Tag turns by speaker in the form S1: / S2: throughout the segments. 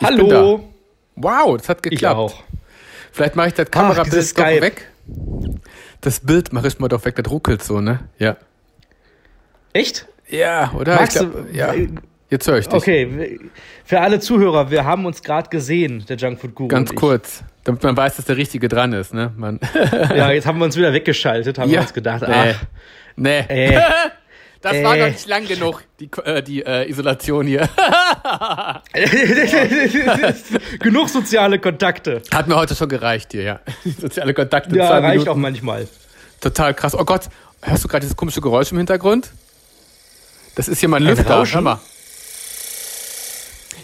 S1: Ich
S2: Hallo.
S1: bin da. Wow, das hat
S2: Ich
S1: geklappt.
S2: auch.
S1: Vielleicht mache ich das
S2: Ach, dieses
S1: Kamerabild doch
S2: Skype.
S1: weg. Das Bild mache ich mal doch weg, das ruckelt so, ne? Ja.
S2: Echt?
S1: Ja, oder?
S2: Magst
S1: ich
S2: du-
S1: ja. Jetzt höre ich dich.
S2: Okay, w- für alle Zuhörer, wir haben uns gerade gesehen, der Junkfood Guru.
S1: Ganz
S2: und ich.
S1: kurz, damit man weiß, dass der Richtige dran ist, ne? Man,
S2: Ja, jetzt haben wir uns wieder weggeschaltet, haben wir
S1: Ja.
S2: uns gedacht,
S1: Nee.
S2: ach,
S1: Nee.
S2: ey,
S1: das war
S2: äh.
S1: doch nicht lang genug, die, Ko- äh, die äh, Isolation hier.
S2: genug soziale Kontakte.
S1: Hat mir heute schon gereicht hier, ja. Soziale Kontakte.
S2: Ja,
S1: zwei
S2: reicht
S1: Minuten.
S2: auch manchmal.
S1: Total krass. Oh Gott, hörst du gerade dieses komische Geräusch im Hintergrund? Das ist hier mein Lüfter.
S2: Rauschen?
S1: Hör mal.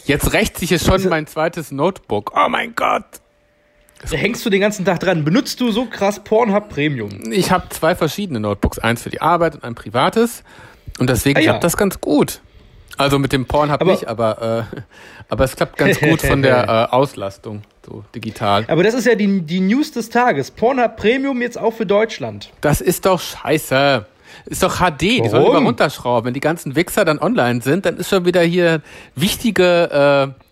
S1: Jetzt rächt sich hier schon mein zweites Notebook. Oh mein Gott.
S2: Da hängst du den ganzen Tag dran. Benutzt du so krass Pornhub Premium?
S1: Ich habe zwei verschiedene Notebooks. Eins für die Arbeit und ein privates. Und deswegen
S2: Ah, ja.
S1: klappt das ganz gut. Also mit dem Porn habe
S2: Aber-
S1: ich, aber, äh, aber es klappt ganz gut von der äh, Auslastung, so digital.
S2: Aber das ist ja die, die News des Tages. Pornhub Premium jetzt auch für Deutschland.
S1: Das ist doch scheiße. Ist doch HD, die sollen
S2: Warum?
S1: immer runterschrauben. Wenn die ganzen Wichser dann online sind, dann ist schon wieder hier wichtige äh,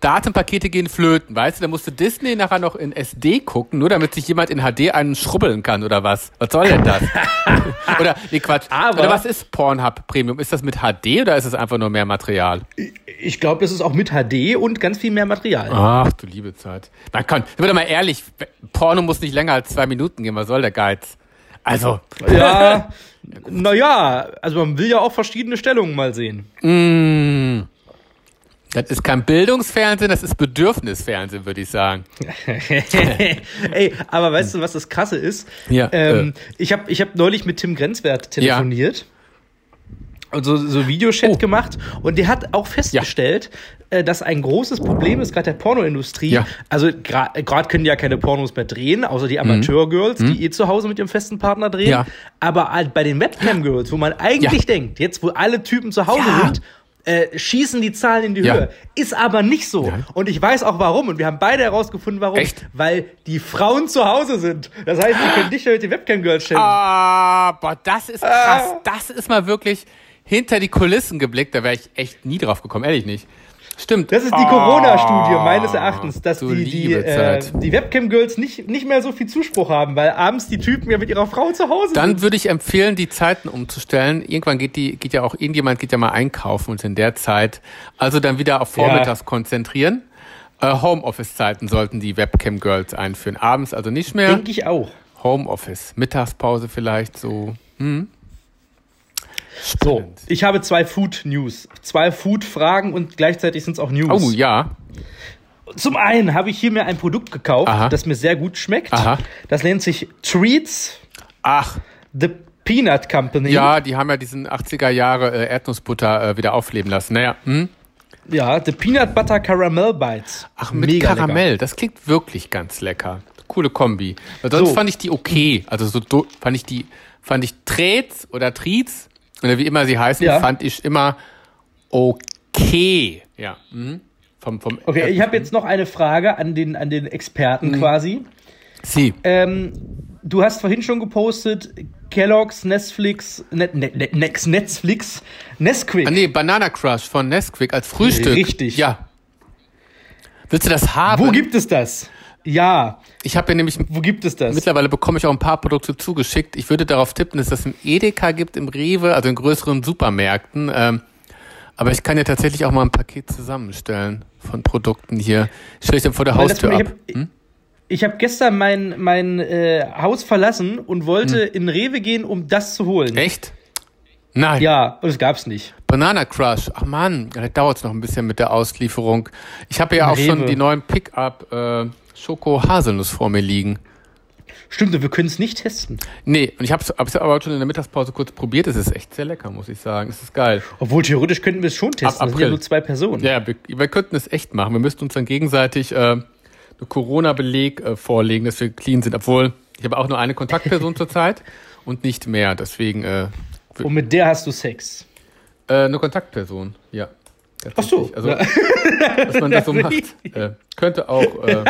S1: Datenpakete gehen flöten, weißt du? Da musste Disney nachher noch in SD gucken, nur damit sich jemand in HD einen schrubbeln kann oder was. Was soll denn das? oder, nee, Quatsch.
S2: Aber-
S1: oder was ist Pornhub Premium? Ist das mit HD oder ist es einfach nur mehr Material?
S2: Ich glaube, das ist auch mit HD und ganz viel mehr Material.
S1: Ach, du liebe Zeit. Man kann, sind wir doch mal ehrlich, Porno muss nicht länger als zwei Minuten gehen, was soll der Geiz? Also,
S2: Ja, naja, also man will ja auch verschiedene Stellungen mal sehen.
S1: Das ist kein Bildungsfernsehen, das ist Bedürfnisfernsehen, würde ich sagen.
S2: Hm. Ey, aber weißt du, was das Krasse ist?
S1: Ja, äh.
S2: Ähm, Ich habe ich hab neulich mit Tim Grenzwert telefoniert. Und so, so Videochat
S1: Oh.
S2: gemacht. Und der hat auch festgestellt, äh, dass ein großes Problem ist, gerade der Pornoindustrie.
S1: Ja.
S2: Also gerade können die ja keine Pornos mehr drehen, außer die Amateurgirls, die eh zu Hause mit ihrem festen Partner drehen.
S1: Mhm. Ja.
S2: Aber halt bei den Webcam-Girls, wo man eigentlich denkt, jetzt wo alle Typen zu Hause
S1: Ja.
S2: sind, äh, schießen die Zahlen in die
S1: Ja.
S2: Höhe. Ist aber nicht so. Und ich weiß auch warum. Und wir haben beide herausgefunden, warum.
S1: Echt?
S2: Weil die Frauen zu Hause sind. Das heißt, die können nicht mehr mit den Webcam-Girls stellen.
S1: Ah. Aber das
S2: Ah.
S1: ist krass. Das ist mal wirklich hinter die Kulissen geblickt. Da wäre ich echt nie drauf gekommen, ehrlich nicht. Stimmt.
S2: Das ist die
S1: Ah,
S2: Corona-Studie meines Erachtens, dass
S1: du
S2: die, die,
S1: liebe
S2: äh,
S1: Zeit.
S2: die Webcam-Girls nicht, nicht mehr so viel Zuspruch haben, weil abends die Typen ja mit ihrer Frau zu Hause
S1: Dann
S2: sind.
S1: würde ich empfehlen, die Zeiten umzustellen. Irgendwann geht die, geht ja auch, irgendjemand geht ja mal einkaufen und in der Zeit, also dann wieder auf vormittags konzentrieren. Äh, Homeoffice-Zeiten sollten die Webcam-Girls einführen. Abends also nicht mehr.
S2: Denke ich auch.
S1: Homeoffice, Mittagspause vielleicht so.
S2: So, ich habe zwei Food-News. Zwei Food-Fragen und gleichzeitig sind es auch News.
S1: Oh ja,
S2: Zum einen habe ich hier mir ein Produkt gekauft,
S1: Aha.
S2: das mir sehr gut schmeckt.
S1: Aha.
S2: Das nennt sich Treats
S1: ach
S2: The Peanut Company.
S1: ja, die haben ja diesen 80er Jahre äh, Erdnussbutter äh, wieder aufleben lassen. Naja, hm?
S2: Ja, The Peanut Butter Caramel Bites.
S1: ach mit
S2: Mega
S1: Karamell,
S2: lecker.
S1: das klingt wirklich ganz lecker. Coole Kombi. Weil sonst
S2: So.
S1: fand ich die okay, also so do, fand ich die fand ich Trets oder Triets oder wie immer sie heißen,
S2: Ja.
S1: fand ich immer okay. Ja, hm? vom vom
S2: Okay, ich habe jetzt noch eine Frage an den, an den Experten
S1: Mhm.
S2: quasi.
S1: sie.
S2: Ähm, du hast vorhin schon gepostet, Kellogg's, Netflix, Net, Net, Net, Nex- Netflix, Nesquik.
S1: Ah, nee, Banana Crush von Nesquik als Frühstück.
S2: Richtig.
S1: Ja. Willst du das haben?
S2: Wo gibt es das? Ja,
S1: ich habe ja nämlich
S2: wo gibt es das?
S1: mittlerweile bekomme ich auch ein paar Produkte zugeschickt. Ich würde darauf tippen, dass das im Edeka gibt, im Rewe, also in größeren Supermärkten. Ähm, aber ich kann ja tatsächlich auch mal ein Paket zusammenstellen von Produkten hier. Stell ich dann vor der
S2: Weil das-
S1: Haustür
S2: ich
S1: ab. Hm?
S2: hab- Ich habe gestern mein, mein äh, Haus verlassen und wollte in Rewe gehen, um das zu holen.
S1: Hm. Echt? Nein.
S2: Ja, und es gab's nicht.
S1: Banana Crush. Ach man, da dauert es noch ein bisschen mit der Auslieferung. Ich habe ja auch schon
S2: Rewe.
S1: die neuen Pickup äh, Schoko Haselnuss vor mir liegen.
S2: Stimmt, und wir können es nicht testen.
S1: Nee, und ich hab's, hab's aber heute schon in der Mittagspause kurz probiert. Es ist echt sehr lecker, muss ich sagen. Es ist geil.
S2: Obwohl theoretisch könnten wir es schon testen. Das sind ja
S1: April.
S2: nur zwei Personen.
S1: Ja, wir, wir könnten es echt machen. Wir müssten uns dann gegenseitig äh, einen Corona-Beleg äh, vorlegen, dass wir clean sind. Obwohl, ich habe auch nur eine Kontaktperson zurzeit und nicht mehr. Deswegen äh, w-
S2: Und mit der hast du Sex.
S1: äh, eine Kontaktperson, ja.
S2: Ach so.
S1: Also, dass man das so macht. Äh, könnte auch, äh,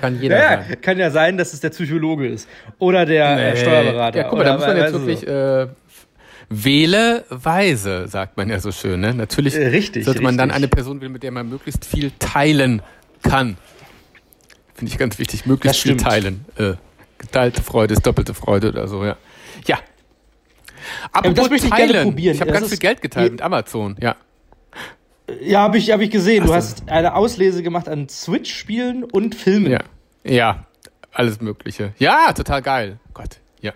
S1: kann jeder
S2: Ja,
S1: sein.
S2: ja, kann ja sein, dass es der Psychologe ist. Oder der äh,
S1: Nee.
S2: Steuerberater.
S1: Ja, guck mal, da
S2: Oder also
S1: muss man
S2: weiß es
S1: jetzt wirklich.
S2: so.
S1: Äh, Wähle weise, sagt man ja so schön. Ne? Natürlich
S2: Äh, richtig,
S1: sollte man dann
S2: richtig.
S1: eine Person wählen, mit der man möglichst viel teilen kann. Finde ich ganz wichtig. Möglichst
S2: Das
S1: viel
S2: stimmt.
S1: teilen. Äh, geteilte Freude ist doppelte Freude oder so, ja. Ja. Aber
S2: das möchte ich gerne probieren.
S1: Ich habe
S2: Das
S1: ganz
S2: ist-
S1: viel Geld geteilt mit Amazon, ja.
S2: Ja, habe ich, hab ich gesehen. Du
S1: Ach so.
S2: hast eine Auslese gemacht an Switch-Spielen und Filmen.
S1: Ja. Ja. Alles Mögliche. Ja, total geil. Oh Gott. Ja.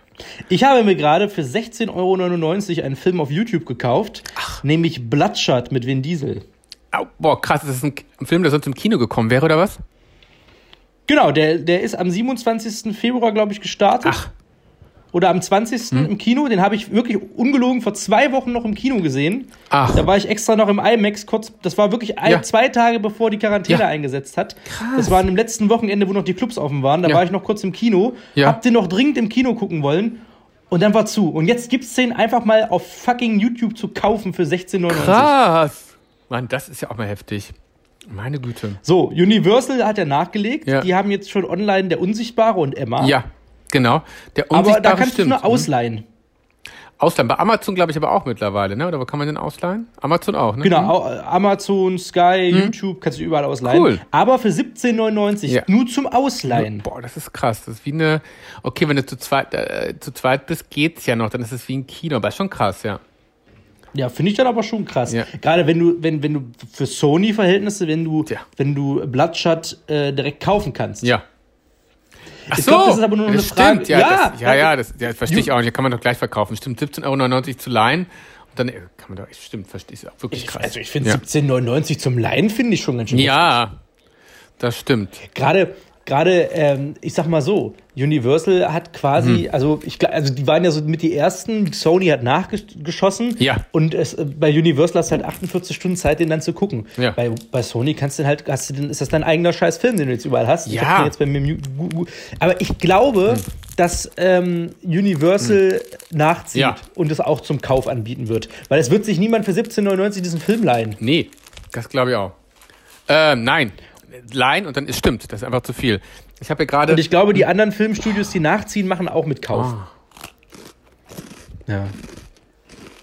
S2: Ich habe mir gerade für 16,99 Euro einen Film auf YouTube gekauft, nämlich Bloodshot mit Vin Diesel.
S1: Au, boah, krass, ist das ein K- ein Film, der sonst im Kino gekommen wäre, oder was?
S2: Genau, der, der ist am 27. Februar, glaube ich, gestartet.
S1: Ach. Hm?
S2: Oder am 20. im Kino. Den habe ich wirklich ungelogen vor zwei Wochen noch im Kino gesehen.
S1: Ach.
S2: Da war ich extra noch im IMAX kurz. Das war wirklich ein,
S1: Ja.
S2: zwei Tage bevor die Quarantäne
S1: Ja.
S2: eingesetzt hat. Krass. Das war an dem letzten Wochenende, wo noch die Clubs offen waren. Da
S1: Ja.
S2: war ich noch kurz im Kino.
S1: Ja.
S2: Hab den noch dringend im Kino gucken wollen. Und dann war zu. Und jetzt gibt's den einfach mal auf fucking YouTube zu kaufen für 16,99.
S1: Krass. Mann, das ist ja auch mal heftig. Meine Güte.
S2: So, Universal hat ja nachgelegt.
S1: Ja.
S2: Die haben jetzt schon online der Unsichtbare und Emma.
S1: Ja, genau.
S2: Ah.
S1: Der
S2: Aber da
S1: unsichtbare
S2: kannst
S1: stimmt.
S2: du nur ausleihen.
S1: Mhm. ausleihen. Bei Amazon glaube ich aber auch mittlerweile, ne? Oder wo kann man den ausleihen? Amazon auch, ne?
S2: Genau,
S1: Mhm.
S2: au- Amazon, Sky, YouTube, kannst du überall ausleihen.
S1: Cool.
S2: Aber für 17,99
S1: Ja.
S2: nur zum Ausleihen.
S1: Boah, das ist krass. Das ist wie eine. Okay, wenn du zu zweit, äh, zu zweit bist, geht's ja noch. Dann ist es wie ein Kino. Aber ist schon krass, ja.
S2: Ja, finde ich dann aber schon krass.
S1: Ja.
S2: Gerade wenn du, wenn, wenn du für Sony-Verhältnisse, wenn du,
S1: Tja.
S2: wenn du Bloodshot äh, direkt kaufen kannst.
S1: Ja. Ach
S2: Ich glaub, das ist aber nur noch
S1: das
S2: eine Frage.
S1: Stimmt, ja,
S2: Ja,
S1: das, ja,
S2: also-
S1: ja, das, ja, das verstehe ich auch nicht. Kann man doch gleich verkaufen. Stimmt, 17,99 Euro zu leihen. Und dann äh, kann man doch, stimmt, verstehe ich auch wirklich
S2: Ich,
S1: krass.
S2: also ich finde
S1: ja.
S2: 17,99 zum Leihen finde ich schon ganz schön.
S1: ja, das stimmt.
S2: Gerade, gerade, ähm, ich sag mal so, Universal hat
S1: Hm.
S2: quasi, also ich gl- also die waren ja so mit die ersten, Sony hat nachgeschossen
S1: Ja.
S2: und es, äh, bei Universal hast du halt 48 Stunden Zeit, den dann zu gucken.
S1: Ja.
S2: Bei, bei Sony kannst du den halt, hast du den, ist das dein eigener scheiß Film, den du jetzt überall hast. Ich
S1: Ja. Hm.
S2: hab den jetzt bei mir, mu- gu- gu- aber ich glaube, dass ähm, Universal nachzieht
S1: Ja.
S2: und es auch zum Kauf anbieten wird. Weil es wird sich niemand für 17,99 diesen Film leihen.
S1: Nee, das glaube ich auch. Ähm, nein. Leihen und dann ist stimmt, das ist einfach zu viel. Ich habe ja gerade.
S2: Und ich glaube, die anderen Filmstudios, die nachziehen, machen auch mit Kauf. Ja.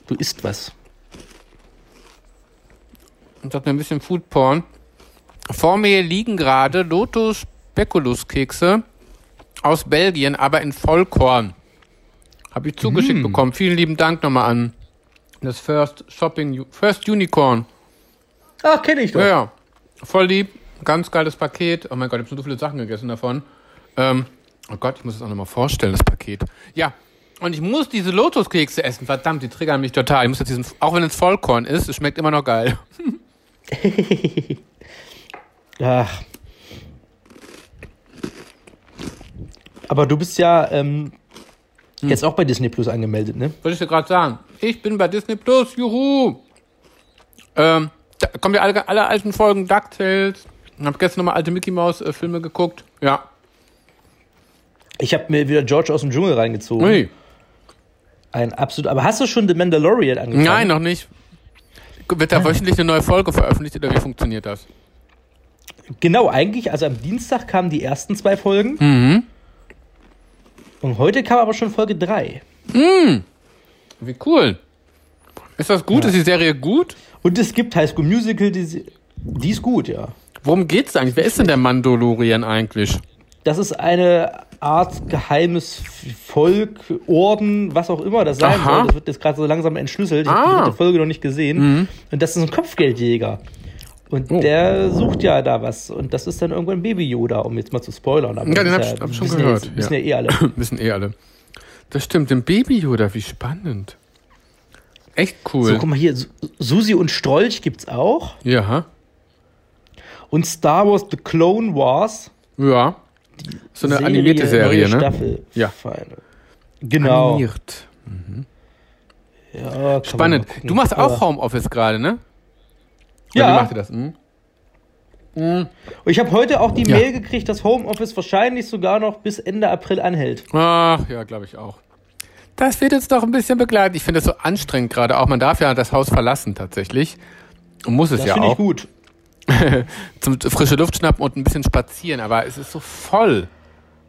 S2: Du isst was.
S1: Ich habe mir ein bisschen Foodporn. Vor mir liegen gerade Lotus Speculus Kekse aus Belgien, aber in Vollkorn. Habe ich
S2: Mm.
S1: zugeschickt bekommen. Vielen lieben Dank nochmal an das First Shopping First Unicorn.
S2: Ah, kenne ich doch.
S1: Ja, ja. Voll lieb. Ganz geiles Paket. Oh mein Gott, ich habe so viele Sachen gegessen davon. Ähm, oh Gott, ich muss es auch nochmal vorstellen, das Paket. Ja. Und ich muss diese Lotuskekse essen. Verdammt, die triggern mich total. Ich muss jetzt diesen, auch wenn es Vollkorn ist, es schmeckt immer noch geil.
S2: Ach. Aber du bist ja ähm, jetzt auch bei Disney Plus angemeldet, ne?
S1: Wollte ich dir gerade sagen. Ich bin bei Disney Plus, juhu! Ähm, da kommen ja alle, alle alten Folgen DuckTales. Ich habe gestern nochmal alte Mickey Mouse äh, Filme geguckt. Ja.
S2: Ich habe mir wieder George aus dem Dschungel reingezogen.
S1: Ui.
S2: Ein absolut. Aber hast du schon The Mandalorian angefangen?
S1: Nein, noch nicht. Wird da wöchentlich eine neue Folge veröffentlicht oder wie funktioniert das?
S2: Genau, eigentlich. Also am Dienstag kamen die ersten zwei Folgen. Mhm. Und heute kam aber schon Folge 3.
S1: Wie cool. Ist das gut? Ist die Serie gut?
S2: Und es gibt High School Musical, die, sie- die ist gut, ja.
S1: Worum geht's eigentlich? Wer ist denn der Mandalorian eigentlich?
S2: Das ist eine Art geheimes Volk, Orden, was auch immer das sein
S1: Aha.
S2: soll. Das wird jetzt gerade so langsam entschlüsselt. Ich habe
S1: Ah. Mhm.
S2: die dritte Folge noch nicht gesehen. Und das ist ein Kopfgeldjäger. Und
S1: Oh.
S2: der sucht ja da was. Und das ist dann irgendwann Baby Yoda, um jetzt mal zu spoilern. Aber
S1: Ja,
S2: das
S1: den
S2: ist
S1: hab ich- hab ich schon
S2: wissen
S1: gehört,
S2: Ja, jetzt- wissen
S1: ja.
S2: ja. eh alle.
S1: Wissen eh alle. Das stimmt, dem Baby Yoda, wie spannend. Echt cool.
S2: So, guck mal hier, Su- Susi und Strolch gibt's auch.
S1: ja.
S2: Und Star Wars The Clone Wars.
S1: Ja. So eine animierte Serie,
S2: neue
S1: ne?
S2: Staffel.
S1: Ja.
S2: Final. Genau.
S1: Animiert.
S2: Ja, kann man
S1: Spannend.
S2: mal gucken.
S1: Du machst auch
S2: Aber-
S1: Homeoffice gerade, ne? Oder Wie
S2: Ja,
S1: macht ihr das? Hm?
S2: Und ich habe heute auch die
S1: Ja.
S2: Mail gekriegt, dass Homeoffice wahrscheinlich sogar noch bis Ende April anhält.
S1: Ach, ja, glaube ich auch. Das wird uns doch ein bisschen begleiten. Ich finde das so anstrengend gerade auch. Man darf ja das Haus verlassen tatsächlich. Und muss es
S2: Das
S1: ja
S2: finde ich
S1: auch.
S2: gut.
S1: Zum frische Luft schnappen und ein bisschen spazieren. Aber es ist so voll,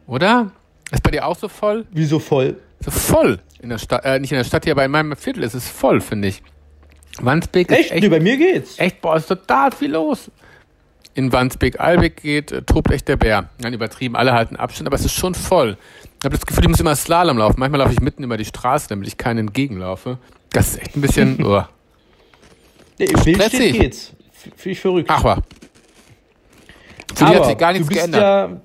S1: oder? Ist bei dir auch so voll?
S2: Wieso voll?
S1: So voll in der Stadt, äh, nicht in der Stadt, hier, aber in meinem Viertel ist es voll, finde ich. Wandsbek
S2: Echt?
S1: ist echt,
S2: Nee, bei mir geht's.
S1: echt, boah, ist total viel los. In Wandsbek, Albeck geht, äh, tobt echt der Bär. Nein, übertrieben, alle halten Abstand, aber es ist schon voll. Ich habe das Gefühl, ich muss immer Slalom laufen. Manchmal laufe ich mitten über die Straße, damit ich keinen entgegenlaufe. Das ist echt ein bisschen, oh,
S2: Nee, Im Bildstedt
S1: stressig.
S2: geht's. F- Finde ich verrückt.
S1: ach war. Zu dir hat
S2: Aber
S1: sich gar nichts
S2: du bist
S1: geändert.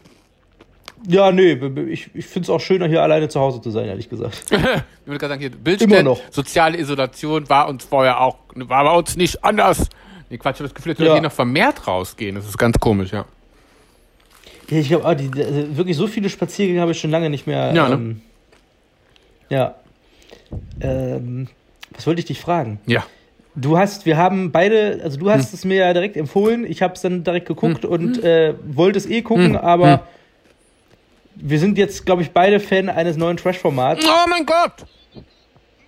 S2: Ja, ja nee, b- b- ich, ich finde es auch schöner, hier alleine zu Hause zu sein, ehrlich gesagt.
S1: Ich würde gerade sagen, hier, Bildstedt,
S2: Immer noch.
S1: soziale Isolation war uns vorher auch, war bei uns nicht anders. Nee, Quatsch, ich habe das Gefühl, dass wir
S2: Ja.
S1: hier noch vermehrt rausgehen. Das ist ganz komisch, ja.
S2: Ja, ich ah, glaube, äh, wirklich so viele Spaziergänge habe ich schon lange nicht mehr.
S1: Ja, ne?
S2: ähm, ja. Ähm, was wollte ich dich fragen?
S1: Ja.
S2: Du hast, wir haben beide, also du
S1: Hm.
S2: hast es mir ja direkt empfohlen, ich habe es dann direkt geguckt und äh, wollte es eh gucken,
S1: Hm.
S2: aber wir sind jetzt, glaube ich, beide Fan eines neuen Trash-Formats.
S1: Oh mein Gott!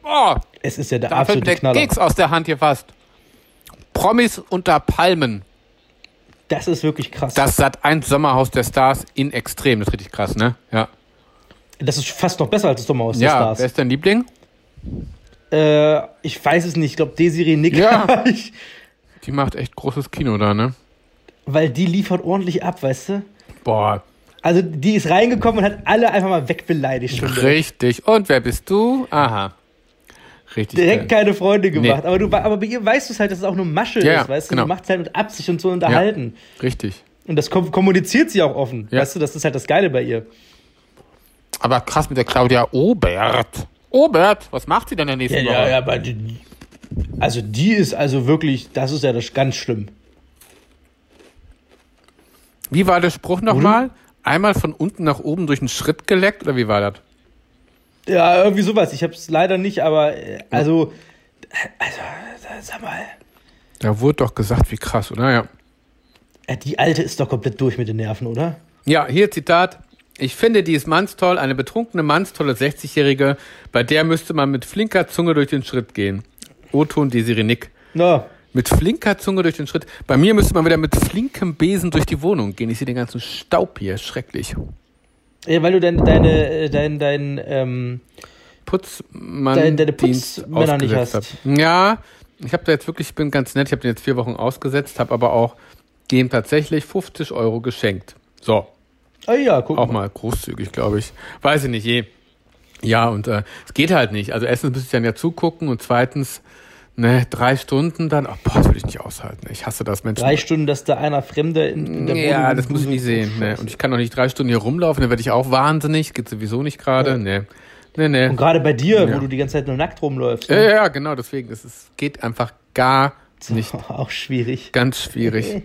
S1: Boah,
S2: Es ist ja der
S1: da fällt
S2: absolute
S1: der
S2: Knaller.
S1: Keks aus der Hand hier fast. Promis unter Palmen.
S2: Das ist wirklich krass.
S1: Das Sat 1 Sommerhaus der Stars in Extrem. Das ist richtig krass, ne? Ja.
S2: Das ist fast noch besser als das Sommerhaus der
S1: ja,
S2: Stars.
S1: wer ist dein Liebling?
S2: Äh, ich weiß es nicht. Ich glaube, Desiree Nick.
S1: Ja.
S2: Ich-
S1: Die macht echt großes Kino da, ne?
S2: weil die liefert ordentlich ab, weißt du?
S1: Boah,
S2: Also, die ist reingekommen und hat alle einfach mal wegbeleidigt. Schon
S1: richtig. Und wer bist du? Aha. Richtig. äh,
S2: direkt
S1: geil.
S2: keine Freunde gemacht.
S1: Nee.
S2: Aber, du, aber bei ihr weißt du es halt, dass es auch nur Masche
S1: Ja, ja,
S2: ist, weißt du?
S1: genau.
S2: Die macht es halt mit Absicht und so unterhalten.
S1: richtig.
S2: Und das kom kommuniziert sie auch offen,
S1: Ja.
S2: weißt du? Das ist halt das Geile bei ihr.
S1: Aber krass mit der Claudia Obert. Obert, was macht sie denn in der nächsten Woche?
S2: aber also die ist also wirklich, das ist ja das ganz schlimm.
S1: Wie war der Spruch nochmal? Einmal von unten nach oben durch einen Schritt geleckt oder wie war das?
S2: Ja, irgendwie sowas. Ich hab's leider nicht, aber äh, also, also, sag mal.
S1: Da wurde doch gesagt, wie krass, oder? Ja.
S2: Ja, Die Alte ist doch komplett durch mit den Nerven, oder?
S1: Ja, hier Zitat. Ich finde, die ist mannstoll, eine betrunkene mannstolle 60-Jährige, bei der müsste man mit flinker Zunge durch den Schritt gehen. O-Ton Desiree Nick.
S2: Na,
S1: Mit flinker Zunge durch den Schritt. Bei mir müsste man wieder mit flinkem Besen durch die Wohnung gehen. Ich sehe den ganzen Staub hier. Schrecklich.
S2: ja, weil du dein, deine, äh, dein, dein, ähm,
S1: Putzmann
S2: Deine- deine
S1: Dienst
S2: Putzmänner nicht
S1: ausgesetzt
S2: hast.
S1: hab. Ja, ich habe da jetzt wirklich, ich bin ganz nett, ich habe den jetzt vier Wochen ausgesetzt, habe aber auch dem tatsächlich 50 Euro geschenkt. So,
S2: oh ja, guck
S1: auch
S2: mal.
S1: mal großzügig, glaube ich. Weiß ich nicht, je. Ja, und äh, es geht halt nicht. Also erstens müsste ich dann ja zugucken und zweitens, ne, drei Stunden dann, oh, boah, das würde ich nicht aushalten. Ich hasse das, Menschen.
S2: Drei Stunden, dass da einer Fremder in, in der Oh,
S1: ja,
S2: Wohnung-
S1: das muss ich nicht sehen. Ne. Und ich kann doch nicht drei Stunden hier rumlaufen, dann werde ich auch wahnsinnig, geht sowieso nicht gerade. Ne, ne, ne.
S2: Und gerade bei dir,
S1: Ja.
S2: wo du die ganze Zeit nur nackt rumläufst.
S1: Ja,
S2: ne?
S1: ja, ja, genau, deswegen. Es ist, geht einfach gar nicht.
S2: Auch schwierig.
S1: Ganz schwierig.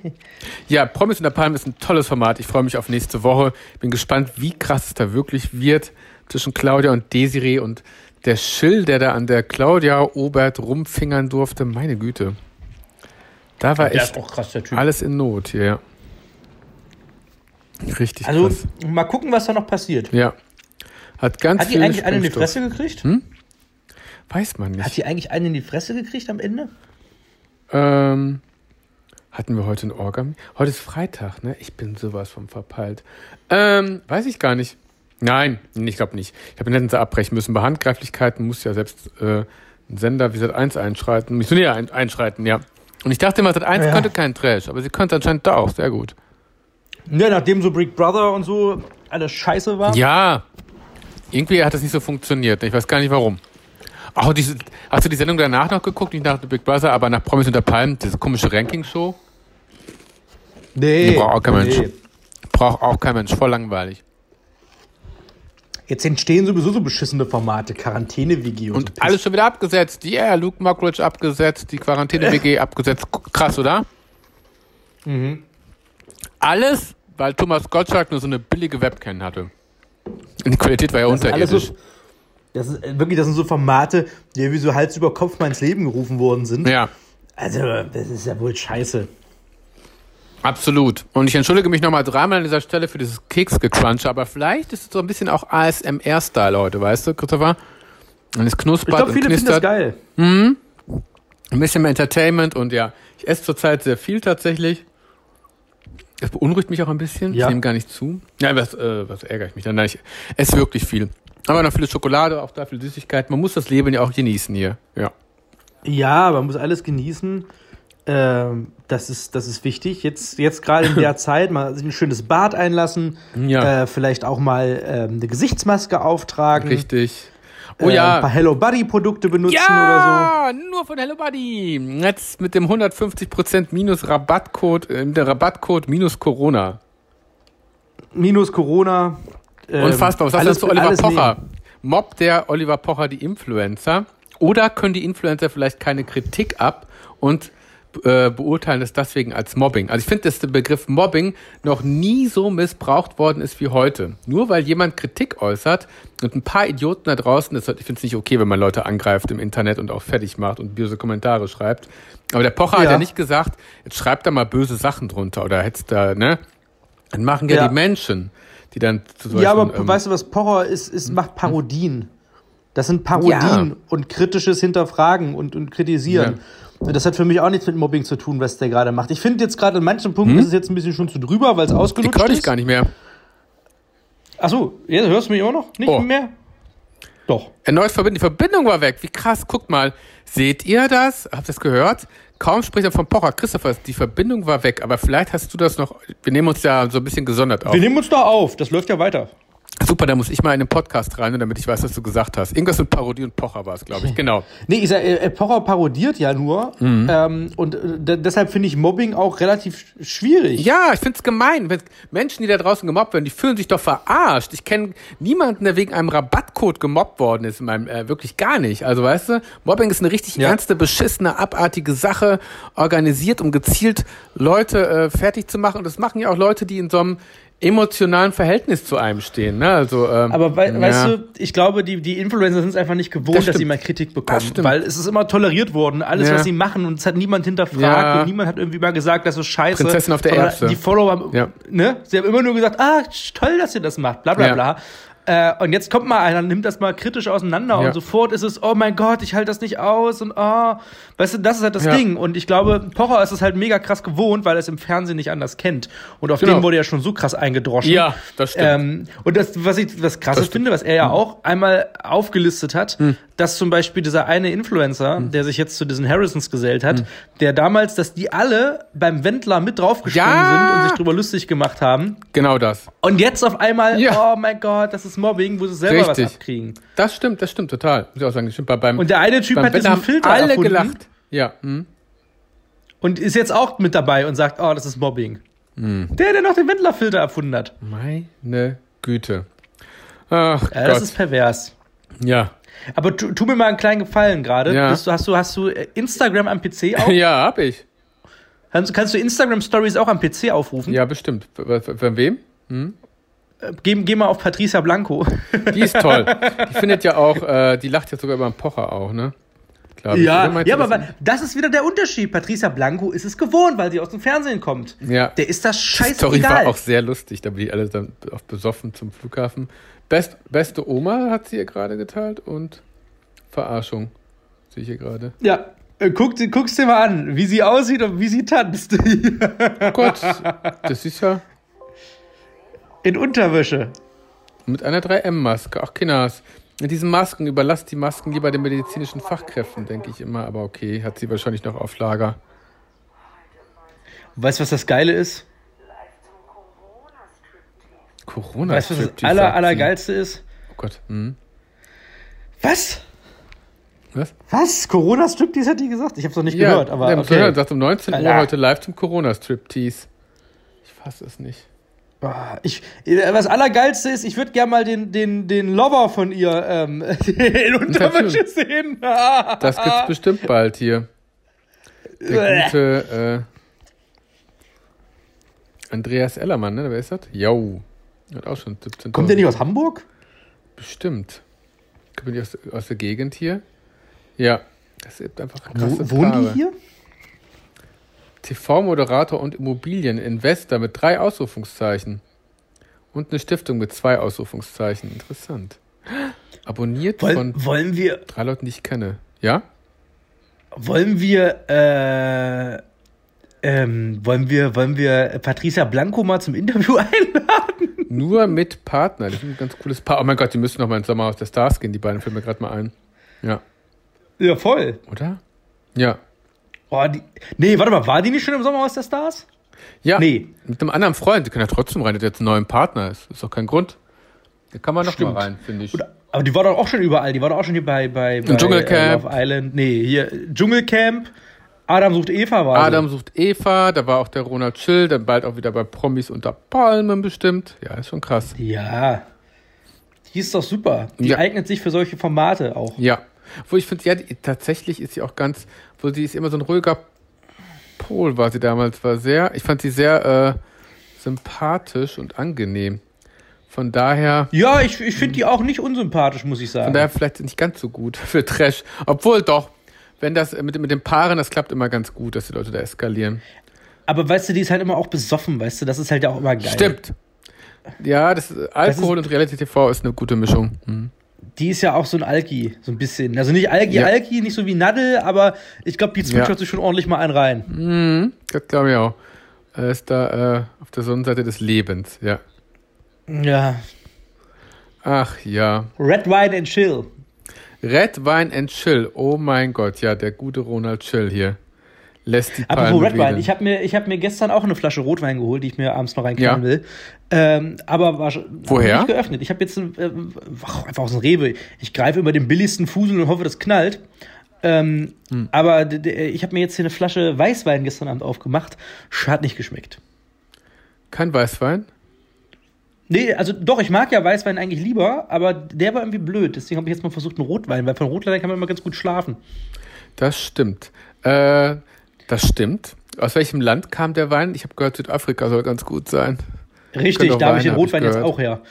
S1: Ja, Promis in der Palme ist ein tolles Format. Ich freue mich auf nächste Woche. Bin gespannt, wie krass es da wirklich wird zwischen Claudia und Desiree und der Schill, der da an der Claudia Obert rumfingern durfte. Meine Güte. Da war echt
S2: auch krass, der Typ.
S1: alles in Not hier. Ja. Richtig
S2: Also,
S1: krass.
S2: mal gucken, was da noch passiert.
S1: Ja. Hat ganz
S2: Hat die
S1: viel
S2: eigentlich einen in die
S1: Sprengstoff. Hm?
S2: Fresse gekriegt?
S1: Weiß man nicht.
S2: Hat die eigentlich einen in die Fresse gekriegt am Ende?
S1: Ähm, hatten wir heute ein Orgam? Heute ist Freitag, ne? Ich bin sowas von verpeilt. Ähm, weiß ich gar nicht. Nein, nee, ich glaube nicht. Ich habe ihn letztens abbrechen müssen. Bei Handgreiflichkeiten muss ja selbst äh, ein Sender wie Sat1 einschreiten. Mich so näher ein, einschreiten, ja. Und ich dachte immer, Sat1
S2: Ja.
S1: könnte keinen Trash, aber sie könnte anscheinend da auch. Sehr gut.
S2: Ja, Ne, nachdem so Big Brother und so alles scheiße war.
S1: Ja. Irgendwie hat das nicht so funktioniert. ne? Ich weiß gar nicht warum. Ach, und diese, hast du die Sendung danach noch geguckt? Nicht nach The Big Brother, aber nach Promis unter Palmen, diese komische Ranking-Show?
S2: Nee.
S1: Die braucht auch kein Mensch. Braucht auch kein Mensch, voll langweilig.
S2: Jetzt entstehen sowieso so beschissene Formate, Quarantäne-WG und, so
S1: Und
S2: Piss.
S1: alles schon wieder abgesetzt. Yeah, Luke Mockridge abgesetzt, die Quarantäne-WG abgesetzt. K- Krass, oder? Mhm.
S2: Mhm.
S1: Alles, weil Thomas Gottschalk nur so eine billige Webcam hatte. Die Qualität war ja
S2: Das sind alles
S1: unterirdisch.
S2: so, das ist äh, wirklich, das sind so Formate, die irgendwie so Hals über Kopf mal ins Leben gerufen worden sind.
S1: Ja,
S2: Also, das ist ja wohl scheiße.
S1: absolut. Und ich entschuldige mich nochmal dreimal an dieser Stelle für dieses Keksgecruncher, aber vielleicht ist es so ein bisschen auch ASMR-Style heute, weißt du, Christopher? Und es knuspert
S2: Ich glaube,
S1: und
S2: viele finden das
S1: knistert.
S2: geil.
S1: Ein bisschen mehr Entertainment und ja, ich esse zurzeit sehr viel tatsächlich. Das beunruhigt mich auch ein bisschen.
S2: Ja.
S1: Ich nehme gar nicht zu. Ja, was, äh, was ärgere ich mich dann? Nein, ich esse wirklich viel. Aber noch viele Schokolade, auch da viel Süßigkeit. Man muss das Leben ja auch genießen hier. Ja.
S2: Ja, man muss alles genießen. Ähm, das, ist, das ist wichtig. Jetzt, jetzt gerade in der Zeit mal sich ein schönes Bad einlassen,
S1: Ja.
S2: äh, vielleicht auch mal ähm, eine Gesichtsmaske auftragen,
S1: Richtig. Oh
S2: Mhm. äh, ein paar
S1: ja.
S2: Hello Buddy Produkte benutzen oder
S1: Ja, nur von Hello Buddy. Jetzt mit dem 150% minus Rabattcode, äh, mit der Rabattcode minus Corona.
S2: so. Minus Corona. ähm,
S1: Unfassbar. Was sagst
S2: alles-
S1: du zu Oliver
S2: alles
S1: Pocher? Mobbt der Oliver Pocher die Influencer? Oder können die Influencer vielleicht keine Kritik ab und äh, beurteilen es deswegen als Mobbing? Also ich finde, dass der Begriff Mobbing noch nie so missbraucht worden ist wie heute. Nur weil jemand Kritik äußert und ein paar Idioten da draußen, das, ich finde es nicht okay, wenn man Leute angreift im Internet und auch fertig macht und böse Kommentare schreibt. Aber der Pocher hat
S2: Ja.
S1: ja nicht gesagt, jetzt schreibt da mal böse Sachen drunter oder hättest da, ne? Dann machen ja,
S2: Ja.
S1: die Menschen, die dann zu
S2: nehmen. Ja, aber
S1: ähm,
S2: weißt ähm, hm? du was? Pocher ist, ist macht Parodien. Das sind Parodien
S1: Ja.
S2: und kritisches Hinterfragen und, und kritisieren. Und Das hat für mich auch nichts mit Mobbing zu tun, was der gerade macht. Ich finde jetzt gerade an manchen Punkten ist es jetzt ein bisschen schon zu drüber, weil es
S1: Die
S2: ausgelutscht
S1: konnte ich
S2: ist.
S1: gar nicht mehr.
S2: Achso, jetzt hörst du mich auch noch? Nicht
S1: Oh.
S2: mehr? Doch.
S1: Erneut verbinden. Die Verbindung war weg. Wie krass. Guckt mal. Seht ihr das? Habt ihr das gehört? Kaum spricht er von Pocher. Christopher, die Verbindung war weg. Aber vielleicht hast du das noch. Wir nehmen uns ja so ein bisschen gesondert auf.
S2: Wir nehmen uns da auf, das läuft ja weiter.
S1: Super, da muss ich mal in den Podcast rein, damit ich weiß, was du gesagt hast. Irgendwas mit Parodie und Pocher war es, glaube
S2: Oh.
S1: ich. Genau.
S2: Nee, ich sag, äh, Pocher parodiert ja nur ähm, und äh, de- deshalb finde ich Mobbing auch relativ sch- schwierig.
S1: Ja, ich find's gemein. Wenn Menschen, die da draußen gemobbt werden, die fühlen sich doch verarscht. Ich kenne niemanden, der wegen einem Rabattcode gemobbt worden ist. In meinem, äh, wirklich gar nicht. Also weißt du, Mobbing ist eine richtig
S2: Ja.
S1: ernste, beschissene, abartige Sache, organisiert, um gezielt Leute äh, fertig zu machen. Und das machen ja auch Leute, die in so einem emotionalen Verhältnis zu einem stehen. Ne? Also, ähm,
S2: Aber wei
S1: ja.
S2: weißt du, ich glaube, die, die Influencer sind es einfach nicht gewohnt,
S1: Das
S2: dass sie
S1: stimmt.
S2: mal Kritik
S1: Das
S2: bekommen.
S1: stimmt.
S2: Weil es ist immer toleriert worden, alles,
S1: Ja.
S2: was sie machen und es hat niemand hinterfragt
S1: Ja.
S2: und niemand hat irgendwie mal gesagt, das ist scheiße.
S1: Prinzessin auf der
S2: Sondern
S1: Erbse.
S2: Die Follower,
S1: Ja.
S2: ne? Sie haben immer nur gesagt, ah, toll, dass ihr das macht, bla bla
S1: Ja.
S2: bla. Äh, und jetzt kommt mal einer, nimmt das mal kritisch auseinander
S1: Ja.
S2: und sofort ist es, oh mein Gott, ich halte das nicht aus und oh, weißt du, das ist halt das
S1: Ja.
S2: Ding. Und ich glaube, Pocher ist es halt mega krass gewohnt, weil er es im Fernsehen nicht anders kennt. Und auf
S1: Genau.
S2: den wurde ja schon so krass eingedroschen.
S1: Ja, das stimmt. Hm.
S2: Ähm, und das, was ich was krasses finde, was er ja auch einmal aufgelistet hat, dass zum Beispiel dieser eine Influencer,
S1: Hm.
S2: der sich jetzt zu diesen Harrisons gesellt hat, der damals, dass die alle beim Wendler mit draufgesprungen
S1: Ja.
S2: sind und sich drüber lustig gemacht haben.
S1: genau das.
S2: Und jetzt auf einmal,
S1: Ja.
S2: oh mein Gott, das ist Mobbing, wo sie selber was
S1: Richtig.
S2: abkriegen.
S1: Das stimmt, das stimmt total. Muss ich auch sagen, das stimmt bei beim,
S2: Und der eine Typ
S1: beim
S2: hat
S1: Wetter
S2: diesen
S1: haben
S2: Filter
S1: alle
S2: erfunden
S1: gelacht. Ja, hm.
S2: und ist jetzt auch mit dabei und sagt, oh, das ist Mobbing.
S1: Hm.
S2: Der, der noch den Wendler-Filter erfunden hat.
S1: Oh meine Güte. Ach
S2: Ja,
S1: Gott.
S2: das ist pervers.
S1: Ja.
S2: Aber tu, tu mir mal einen kleinen Gefallen gerade.
S1: Ja.
S2: Bist du- Hast, du, hast du äh, Instagram am PC auch?
S1: Ja, hab ich.
S2: Kannst, kannst du Instagram Stories auch am PC aufrufen?
S1: Ja, bestimmt. W- w- Von wem?
S2: Äh, Geh, geh mal auf Patricia Blanco.
S1: Die ist toll. Die findet ja auch, äh, die lacht ja sogar über den Pocher auch, ne? Glaub ich. Oder meinst
S2: ja
S1: du
S2: aber
S1: das-
S2: weil- das ist wieder der Unterschied. Patricia Blanco ist es gewohnt, weil sie aus dem Fernsehen kommt.
S1: Ja.
S2: Der ist das
S1: Die Story
S2: scheißegal.
S1: war auch sehr lustig, da bin ich alle dann auch besoffen zum Flughafen. Best, beste Oma hat sie ihr gerade geteilt und Verarschung. Sehe ich hier gerade.
S2: ja. Äh, Guck, sie- guck's dir mal an, wie sie aussieht und wie sie tanzt.
S1: Oh Gott, das ist ja
S2: In Unterwäsche.
S1: mit einer 3M-Maske. Ach, Kinas. Mit diesen Masken überlasst die Masken lieber den medizinischen Fachkräften, denke ich immer. Aber okay, hat sie wahrscheinlich noch auf Lager.
S2: Weißt du, was das Geile ist?
S1: Corona.
S2: Weißt du, was das
S1: Striptease,
S2: aller,
S1: sagt sie.
S2: Allergeilste ist?
S1: Oh Gott. Hm.
S2: Was?
S1: Was?
S2: Was? Corona-Striptease hat die gesagt? Ich hab's noch nicht gehört, aber
S1: der
S2: okay.
S1: sagt um 19 Uhr
S2: Ja.
S1: heute live zum Corona-Striptease. Ich fasse es nicht.
S2: Boah, Ah, Ich, was Allergeilste ist, ich würde gerne mal den, den, den Lover von ihr ähm, in Unterwäsche sehen.
S1: Das
S2: Ah,
S1: gibt's bestimmt bald hier. Der gute äh, Andreas Ellermann, ne? Wer ist das? Jo. Hat auch schon 17
S2: Kommt der nicht aus Hamburg?
S1: Bestimmt. Kommt der nicht aus, aus der Gegend hier? Ja. Das ist einfach krass.
S2: Wo, wohnen die hier?
S1: TV-Moderator und Immobilieninvestor mit drei Ausrufungszeichen. Und eine Stiftung mit zwei Ausrufungszeichen. Interessant. Abonniert von
S2: Wollen, wollen wir,
S1: drei Leuten, die ich kenne. Ja?
S2: wollen wir, äh, ähm, wollen wir, wollen wir Patricia Blanco mal zum Interview einladen?
S1: Nur mit Partner. Das ist ein ganz cooles Paar. Oh mein Gott, die müssen noch mal ins Sommerhaus der Stars gehen, die beiden. Fällt mir gerade mal ein. Ja,
S2: Ja, voll.
S1: oder? Ja.
S2: Boah, Oh, die, nee, warte mal, war die nicht schon im Sommerhaus der Stars?
S1: Ja,
S2: Nee.
S1: mit einem anderen Freund. Die können ja trotzdem rein, dass der jetzt einen neuen Partner ist. Ist doch kein Grund. Da kann man noch
S2: Stimmt.
S1: mal rein, finde ich.
S2: Oder, aber die war doch auch schon überall. Die war doch auch schon hier bei, bei, bei äh,
S1: Dschungelcamp.
S2: Love Island. Nee, hier Dschungelcamp. Adam sucht Eva war. sie.
S1: Adam sucht Eva, da war auch der Ronald Schill, dann bald auch wieder bei Promis unter Palmen bestimmt. Ja, ist schon krass.
S2: Ja. Die ist doch super. Die
S1: Ja.
S2: eignet sich für solche Formate auch.
S1: Ja. Wo ich finde, ja, die, tatsächlich ist sie auch ganz, wo sie ist immer so ein ruhiger Pol, war sie damals, war sehr, ich fand sie sehr äh, sympathisch und angenehm. Von daher,
S2: Ja, ich, ich finde die auch nicht unsympathisch, muss ich
S1: von
S2: sagen.
S1: daher vielleicht nicht ganz so gut für Trash. Obwohl doch, wenn das mit, mit den Paaren, das klappt immer ganz gut, dass die Leute da eskalieren.
S2: Aber weißt du, die ist halt immer auch besoffen, weißt du, das ist halt ja auch immer geil.
S1: Stimmt. Ja, das Alkohol und Reality TV ist eine gute Mischung. Hm.
S2: Die ist ja auch so ein Alki, so ein bisschen. Also nicht Alki,
S1: Ja.
S2: Alki, nicht so wie Nadel, aber ich glaube, die zwitschert sich schon ordentlich mal einen rein. Mhm.
S1: Das glaube ich auch. Er ist da äh, auf der Sonnenseite des Lebens, ja.
S2: Ja.
S1: Ach ja.
S2: Red Wine and Chill.
S1: Red Wine and Chill. Oh mein Gott, ja, der gute Ronald Chill hier. Lässt die
S2: Apropos
S1: Palme
S2: Red Wine,
S1: wedeln.
S2: ich habe mir, ich hab mir gestern auch eine Flasche Rotwein geholt, die ich mir abends noch reinknallen
S1: Ja.
S2: will. Ähm, aber war schon-
S1: Woher?
S2: hab nicht geöffnet. Ich habe jetzt ein, äh, ach, einfach aus dem Rewe. Ich greife über den billigsten Fusel und hoffe, das knallt. Ähm,
S1: Hm.
S2: Aber d- d- ich habe mir jetzt hier eine Flasche Weißwein gestern Abend aufgemacht. Sch- Hat nicht geschmeckt.
S1: Kein Weißwein?
S2: Nee, also doch, ich mag ja Weißwein eigentlich lieber, aber der war irgendwie blöd. Deswegen habe ich jetzt mal versucht, einen Rotwein, weil von Rotwein kann man immer ganz gut schlafen.
S1: Das stimmt. Äh, das stimmt. Aus welchem Land kam der Wein? Ich habe gehört, Südafrika soll ganz gut sein.
S2: Richtig,
S1: auch
S2: da habe ich den
S1: Wein, hab ich
S2: Rotwein jetzt
S1: gehört.
S2: auch her.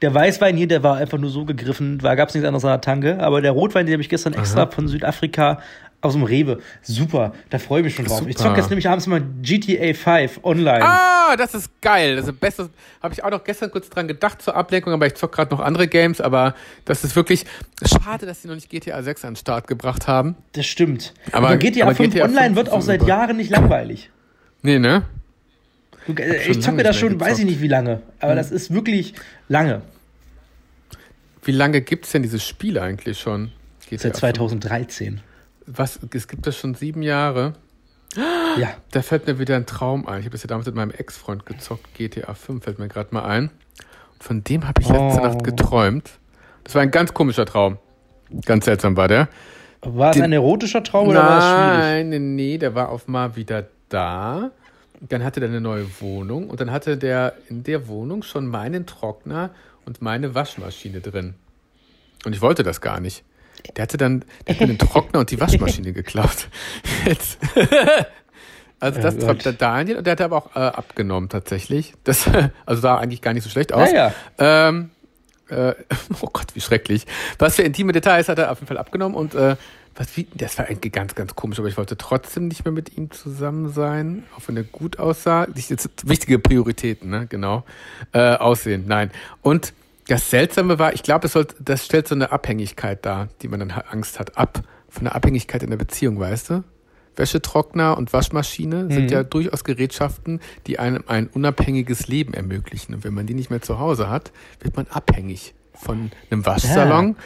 S2: Der Weißwein hier, der war einfach nur so gegriffen, da gab es nichts anderes an der Tanke. Aber der Rotwein, den habe ich gestern extra von Südafrika aus dem Rewe. Super, da freue ich mich schon drauf. Ich
S1: Super.
S2: zocke jetzt nämlich abends mal GTA 5 online.
S1: Ah, das ist geil. Das ist ein bestes. Habe ich auch noch gestern kurz dran gedacht zur Ablenkung, aber ich zock gerade noch andere Games. Aber das ist wirklich schade, dass sie noch nicht GTA 6 an den Start gebracht haben.
S2: Das stimmt.
S1: Aber-
S2: Aber, GTA
S1: aber
S2: 5
S1: GTA
S2: online wird
S1: 5
S2: auch seit
S1: super.
S2: Jahren nicht langweilig.
S1: Nee, ne?
S2: Du, äh,
S1: schon
S2: ich zocke
S1: lange
S2: das
S1: nicht mehr
S2: schon, weiß ich
S1: gezockt.
S2: nicht wie lange, aber das ist wirklich lange.
S1: Wie lange gibt's denn dieses Spiel eigentlich schon? GTA
S2: Seit 2013.
S1: Was? Es gibt das schon sieben Jahre.
S2: Ja.
S1: Da fällt mir wieder ein Traum ein. Ich habe das ja damals mit meinem Ex-Freund gezockt. GTA 5 fällt mir gerade mal ein. Und von dem habe ich letzte
S2: Oh.
S1: Nacht geträumt. Das war ein ganz komischer Traum. Ganz seltsam war der.
S2: War es
S1: Den-
S2: ein erotischer Traum oder war es schwierig?
S1: Nein, nee, nee, der war auf mal wieder da. Dann hatte der eine neue Wohnung und dann hatte der in der Wohnung schon meinen Trockner und meine Waschmaschine drin. Und ich wollte das gar nicht. Der hatte dann der hat mir den Trockner und die Waschmaschine geklaut. Jetzt. Also das
S2: Ja,
S1: war
S2: Gott.
S1: der Daniel und der hat aber auch äh, abgenommen tatsächlich. Das also sah eigentlich gar nicht so schlecht aus.
S2: Naja.
S1: Ähm, äh, oh Gott, wie schrecklich. Was für intime Details hat er auf jeden Fall abgenommen und äh, was wie, das war eigentlich ganz, ganz komisch, aber ich wollte trotzdem nicht mehr mit ihm zusammen sein, auch wenn er gut aussah. Ich- jetzt Wichtige Prioritäten, ne, genau. Äh, aussehen, nein. Und das Seltsame war, ich glaube, es soll, das stellt so eine Abhängigkeit dar, die man dann ha- Angst hat, ab von der Abhängigkeit in der Beziehung, weißt du? Wäschetrockner und Waschmaschine sind ja durchaus Gerätschaften, die einem ein unabhängiges Leben ermöglichen. Und wenn man die nicht mehr zu Hause hat, wird man abhängig von einem Waschsalon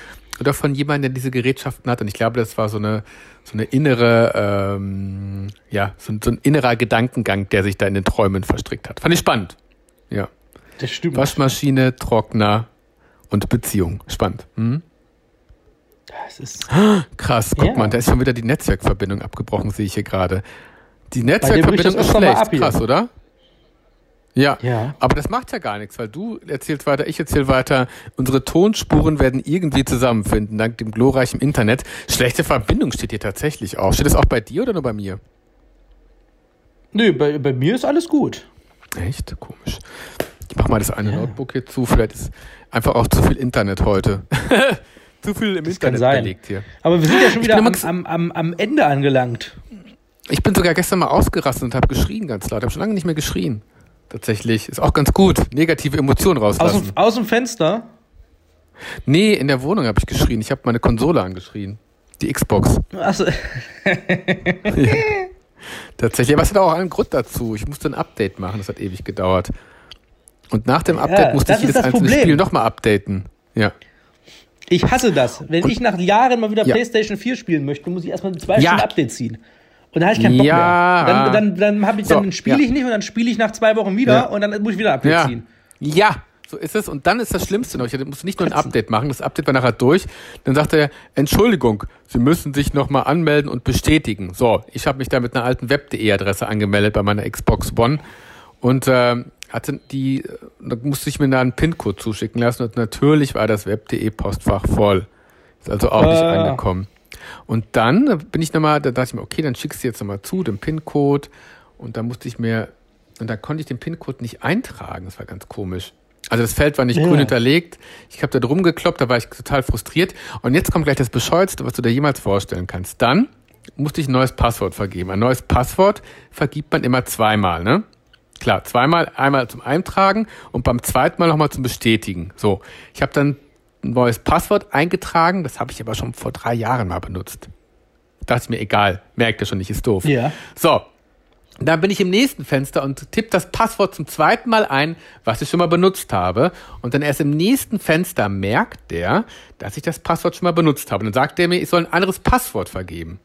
S1: oder von jemandem, der diese Gerätschaften hat. Und ich glaube, das war so eine, so eine innere, ähm, ja, so, ein- so ein innerer Gedankengang, der sich da in den Träumen verstrickt hat. Fand ich spannend. Ja.
S2: Das stimmt.
S1: Waschmaschine, Trockner und Beziehung. Spannend. Hm?
S2: Das ist
S1: Krass, guck
S2: Ja.
S1: mal, da ist schon wieder die Netzwerkverbindung abgebrochen, sehe ich hier gerade. Die
S2: bricht das
S1: Netzwerkverbindung ist
S2: öfter mal
S1: schlecht,
S2: ab hier.
S1: krass, oder? Ja.
S2: Ja.
S1: aber das macht ja gar nichts, weil du erzählst weiter, ich erzähle weiter. Unsere Tonspuren werden irgendwie zusammenfinden, dank dem glorreichen Internet. Schlechte Verbindung steht hier tatsächlich auch. Steht das auch bei dir oder nur bei mir?
S2: Nö, bei, bei mir ist alles gut.
S1: Echt? Komisch. Ich mach mal das eine Notebook hier zu, vielleicht ist einfach auch zu viel Internet heute. zu viel im
S2: kann
S1: Internet
S2: sein.
S1: belegt hier.
S2: Aber wir sind ja schon wieder am,
S1: bin immer ges-
S2: am, am, am Ende angelangt.
S1: Ich bin sogar gestern mal ausgerastet und habe geschrien ganz laut. Habe schon lange nicht mehr geschrien. Tatsächlich. Ist auch ganz gut. Negative Emotionen
S2: Aus,
S1: rauslassen.
S2: dem, aus dem Fenster.
S1: nee, in der Wohnung habe ich geschrien. Ich habe meine Konsole angeschrien. Die Xbox.
S2: Achso,
S1: Tatsächlich. Aber es hat auch einen Grund dazu. Ich musste ein Update machen. Das hat ewig gedauert. Und nach dem Update musste
S2: das
S1: ich jedes
S2: ist das
S1: einzelne
S2: Problem.
S1: Spiel nochmal updaten. Ja.
S2: Ich hasse das. Wenn ich nach Jahren mal wieder
S1: Ja.
S2: PlayStation 4 spielen möchte, muss ich erstmal zwei
S1: Ja.
S2: Stunden Update ziehen. Und da habe ich keinen Bock
S1: Ja.
S2: mehr. Dann, dann, dann, hab ich,
S1: So,
S2: dann spiele
S1: ja.
S2: ich nicht und dann spiele ich nach zwei Wochen wieder
S1: Ja.
S2: und dann muss ich wieder ein Update
S1: Ja.
S2: ziehen.
S1: ja, so ist es. Und dann ist das Schlimmste noch. Ich musste nicht nur ein Update machen, das Update war nachher durch. Dann sagt er, Entschuldigung, Sie müssen sich nochmal anmelden und bestätigen. So, ich habe mich da mit einer alten Web.de-Adresse angemeldet bei meiner Xbox One. Und ähm, hatte die, äh, da musste ich mir da einen PIN-Code zuschicken lassen. Und natürlich war das Web.de-Postfach voll. Ist also auch nicht
S2: Ah.
S1: angekommen. Und dann bin ich nochmal, da dachte ich mir, okay, dann schickst du jetzt nochmal zu, den PIN-Code. Und da musste ich mir, und da konnte ich den PIN-Code nicht eintragen. Das war ganz komisch. Also das Feld war nicht grün hinterlegt. Ich habe da drum gekloppt, da war ich total frustriert. Und jetzt kommt gleich das Bescheuerste, was du dir jemals vorstellen kannst. Dann musste ich ein neues Passwort vergeben. Ein neues Passwort vergibt man immer zweimal, ne? Klar, zweimal, einmal zum Eintragen und beim zweiten Mal nochmal zum Bestätigen. So, ich habe dann ein neues Passwort eingetragen, das habe ich aber schon vor drei Jahren mal benutzt. Dachte ich mir, egal, merkt ihr schon nicht, ist doof.
S2: Ja.
S1: So, dann bin ich im nächsten Fenster und tippe das Passwort zum zweiten Mal ein, was ich schon mal benutzt habe. Und dann erst im nächsten Fenster merkt der, dass ich das Passwort schon mal benutzt habe. Und dann sagt der mir, ich soll ein anderes Passwort vergeben.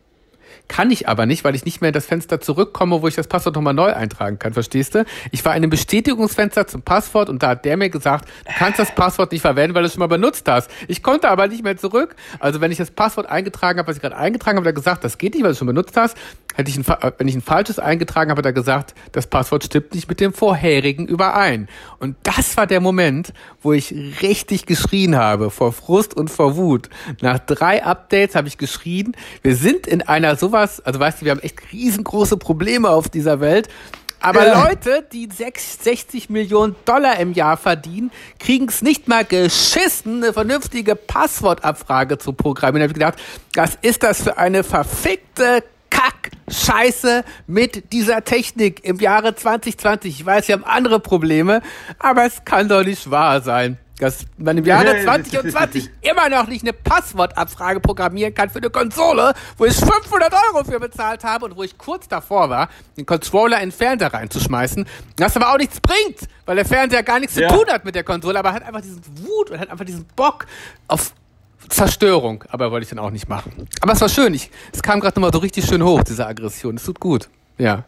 S1: Kann ich aber nicht, weil ich nicht mehr in das Fenster zurückkomme, wo ich das Passwort nochmal neu eintragen kann, verstehst du? Ich war in einem Bestätigungsfenster zum Passwort und da hat der mir gesagt, du kannst das Passwort nicht verwenden, weil du es schon mal benutzt hast. Ich konnte aber nicht mehr zurück. Also wenn ich das Passwort eingetragen habe, was ich gerade eingetragen habe, hat er gesagt, das geht nicht, weil du es schon benutzt hast. Hätte ich ein, fa- äh, wenn ich ein falsches eingetragen habe, hat er gesagt, das Passwort stimmt nicht mit dem vorherigen überein. Und das war der Moment, wo ich richtig geschrien habe, vor Frust und vor Wut. Nach drei Updates habe ich geschrien, wir sind in einer sowas, also weißt du, wir haben echt riesengroße Probleme auf dieser Welt. Aber
S2: Ja.
S1: Leute, die sechs- 60 Millionen Dollar im Jahr verdienen, kriegen es nicht mal geschissen, eine vernünftige Passwortabfrage zu programmieren. Da habe ich gedacht, was ist das für eine verfickte Kack-Scheiße mit dieser Technik im Jahre 2020? Ich weiß, wir haben andere Probleme, aber es kann doch nicht wahr sein, dass man im Jahre 2020 immer noch nicht eine Passwortabfrage programmieren kann für eine Konsole, wo ich 500 Euro für bezahlt habe und wo ich kurz davor war, den Controller in den Fernseher reinzuschmeißen, was aber auch nichts bringt, weil der Fernseher gar nichts
S2: Ja.
S1: zu tun hat mit der Konsole, aber hat einfach diesen Wut und hat einfach diesen Bock auf Zerstörung, aber wollte ich dann auch nicht machen. Aber es war schön, ich, es kam gerade nochmal so richtig schön hoch, diese Aggression, es tut gut, ja.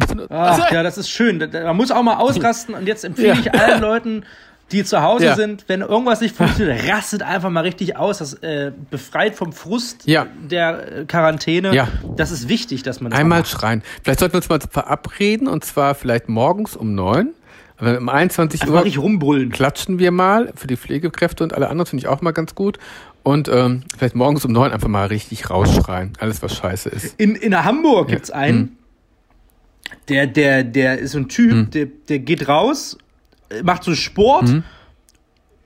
S2: Ach,
S1: Also-
S2: ja, das ist schön. Da- da- Man muss auch mal ausrasten und jetzt empfehle
S1: Ja.
S2: ich allen Leuten, die zu Hause
S1: Ja.
S2: sind, wenn irgendwas nicht funktioniert, rastet einfach mal richtig aus. Das äh, befreit vom Frust
S1: Ja.
S2: der äh, Quarantäne.
S1: Ja.
S2: Das ist wichtig, dass man das
S1: Einmal schreien. Vielleicht sollten wir uns mal verabreden und zwar vielleicht morgens um neun. Aber um 21
S2: einfach
S1: Uhr
S2: richtig rumbrüllen.
S1: klatschen wir mal für die Pflegekräfte und alle anderen, finde ich auch mal ganz gut. Und ähm, vielleicht morgens um neun einfach mal richtig rausschreien. Alles, was scheiße ist.
S2: In, in Hamburg gibt's einen, der, der, der ist so ein Typ, der, der geht raus, äh, macht so Sport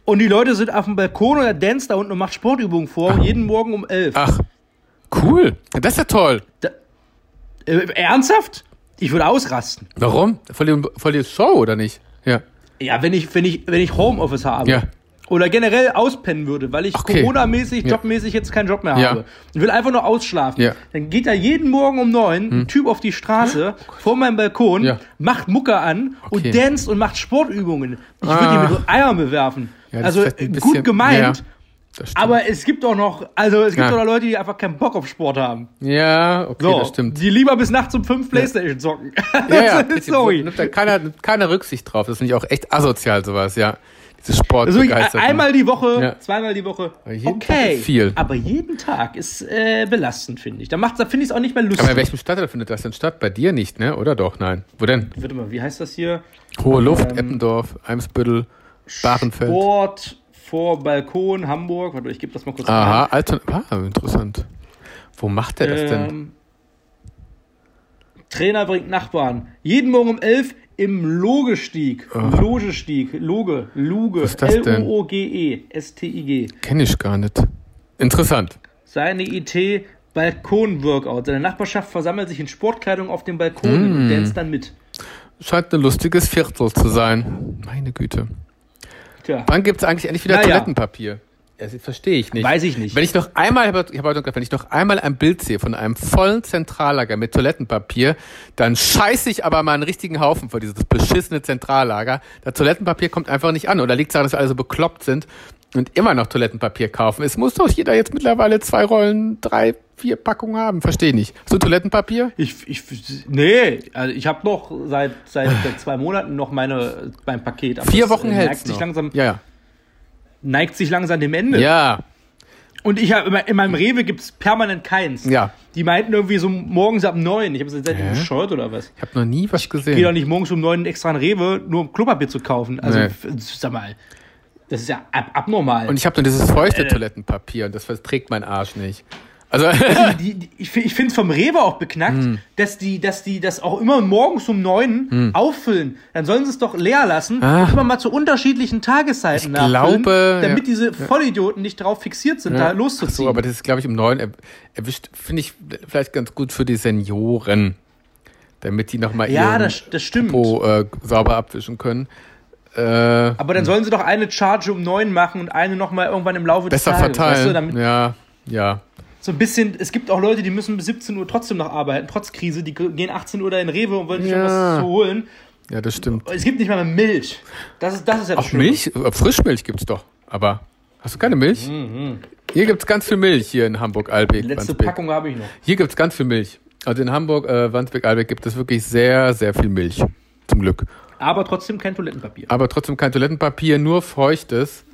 S2: und die Leute sind auf dem Balkon oder danst da unten und macht Sportübungen vor, jeden Morgen um elf.
S1: Ach, cool. Das ist ja toll.
S2: Äh, ernsthaft? Ich würde ausrasten.
S1: Warum? Voll die, voll die Show, oder nicht? Ja.
S2: Ja, wenn ich, wenn ich, wenn ich Homeoffice habe.
S1: Ja.
S2: Oder generell auspennen würde, weil ich
S1: Okay.
S2: Corona-mäßig,
S1: Ja.
S2: jobmäßig jetzt keinen Job mehr
S1: Ja.
S2: habe. Ich will einfach nur ausschlafen.
S1: Ja. Hm.
S2: Dann geht da jeden Morgen um neun ein Typ auf die Straße vor meinem Balkon,
S1: Oh Ja.
S2: macht Mucke an
S1: Okay.
S2: und danst und macht Sportübungen. Ich würde ihn
S1: Ah.
S2: mit so Eiern bewerfen.
S1: ja das
S2: also
S1: ist vielleicht ein bisschen-
S2: gut gemeint,
S1: Ja, das stimmt.
S2: aber es gibt auch noch, also es gibt
S1: Ja.
S2: auch noch Leute, die einfach keinen Bock auf Sport haben.
S1: ja, okay,
S2: So,
S1: das stimmt.
S2: die lieber bis nachts um fünf Playstation zocken.
S1: Ja, ja,
S2: Sorry.
S1: Nimmt da keiner, nimmt keiner Rücksicht drauf. Das finde ich auch echt asozial, sowas, ja. Diese Sport.
S2: Also wirklich einmal die Woche,
S1: ne? Ja.
S2: zweimal die Woche.
S1: jeden Tag
S2: okay.
S1: ist viel.
S2: Aber jeden Tag ist äh, belastend, finde ich. Da, macht's- da finde ich es auch nicht mehr lustig.
S1: Aber in welchem Stadtteil findet das denn statt? Bei dir nicht, ne? Oder doch? Nein. Wo denn?
S2: Warte mal, wie heißt das hier?
S1: Hohe Luft, Eppendorf, Eimsbüttel, Bahrenfeld.
S2: Sport vor Balkon, Hamburg. Warte, ich gebe das mal kurz
S1: Aha, Altern. Ah, interessant. Wo macht der
S2: ein.
S1: das denn?
S2: Ähm, Trainer bringt Nachbarn. Jeden Morgen um 11 im Logestieg. Logestieg. Loge. Luge.
S1: ist das denn?
S2: L-O-O-G-E. S-T-I-G.
S1: Kenne ich gar nicht. Interessant.
S2: Seine IT Balkon-Workout. Seine Nachbarschaft versammelt sich in Sportkleidung auf dem Balkon und danst dann mit.
S1: Scheint ein lustiges Viertel zu sein. Meine Güte.
S2: Tja.
S1: Wann gibt's eigentlich endlich wieder
S2: Naja.
S1: Toilettenpapier? Das verstehe ich nicht.
S2: Weiß ich nicht.
S1: Wenn ich noch einmal, ich habe heute noch gedacht, wenn ich noch einmal ein Bild sehe von einem vollen Zentrallager mit Toilettenpapier, dann scheiße ich aber mal einen richtigen Haufen vor dieses beschissene Zentrallager. Das Toilettenpapier kommt einfach nicht an. Oder liegt es daran, dass wir alle so bekloppt sind und immer noch Toilettenpapier kaufen? Es muss doch jeder jetzt mittlerweile zwei Rollen, drei, vier Packungen haben. Verstehe nicht. Hast du Toilettenpapier?
S2: Ich, ich, nee, also ich habe noch seit, seit zwei Monaten noch meine, mein Paket. Aber
S1: Vier
S2: das,
S1: Wochen
S2: äh,
S1: hält's
S2: neigt sich
S1: noch.
S2: langsam
S1: Ja, ja.
S2: Neigt sich langsam dem Ende.
S1: Ja.
S2: Und ich habe in meinem Rewe gibt's permanent keins.
S1: Ja.
S2: Die meinten irgendwie so morgens ab neun. Ich habe gesagt, seid ihr
S1: Hä?
S2: bescheuert oder was?
S1: Ich habe noch nie was
S2: Ich geh doch
S1: gesehen.
S2: nicht morgens um neun extra in Rewe, nur um Klopapier zu kaufen. Also,
S1: Nee.
S2: f- sag mal, das ist ja ab abnormal.
S1: Und ich habe nur dieses feuchte
S2: Äh.
S1: Toilettenpapier und das verträgt mein Arsch nicht. Also,
S2: die, die, ich fi- ich finde es vom Rewe auch beknackt,
S1: Hm.
S2: dass, die, dass die das auch immer morgens um neun auffüllen. Dann sollen sie es doch leer lassen
S1: Ah.
S2: und immer mal zu unterschiedlichen Tageszeiten
S1: Ich
S2: nachfüllen,
S1: glaube,
S2: damit
S1: ja.
S2: diese Vollidioten nicht drauf fixiert sind, da
S1: Ach so,
S2: loszuziehen.
S1: aber das ist, glaube ich, um neun er- erwischt, finde ich vielleicht ganz gut für die Senioren, damit die nochmal
S2: ja,
S1: ihren
S2: das, das stimmt.
S1: Po äh, sauber abwischen können. Äh,
S2: Aber dann sollen sie doch eine Charge um neun machen und eine nochmal irgendwann im Laufe
S1: besser
S2: des Tages.
S1: verteilen.
S2: Weißt du, damit
S1: ja, ja.
S2: so ein bisschen, es gibt auch Leute, die müssen bis 17 Uhr trotzdem noch arbeiten, trotz Krise. Die gehen 18 Uhr da in Rewe und wollen sich
S1: Ja.
S2: irgendwas zu holen.
S1: Ja, das stimmt.
S2: Es gibt nicht mal mehr Milch. Das ist, das ist ja das
S1: Auch
S2: Schlimme.
S1: Milch, äh, Frischmilch gibt's doch. Aber hast du keine Milch? Hier gibt's ganz viel Milch hier in Hamburg, Albeck.
S2: Die Mhm. letzte
S1: Wandsbek.
S2: Packung habe ich noch.
S1: Hier gibt's ganz viel Milch. Also in Hamburg, äh, Wandsbek, Albeck gibt es wirklich sehr, sehr viel Milch. Zum Glück.
S2: Aber trotzdem kein Toilettenpapier.
S1: Aber trotzdem kein Toilettenpapier, nur feuchtes.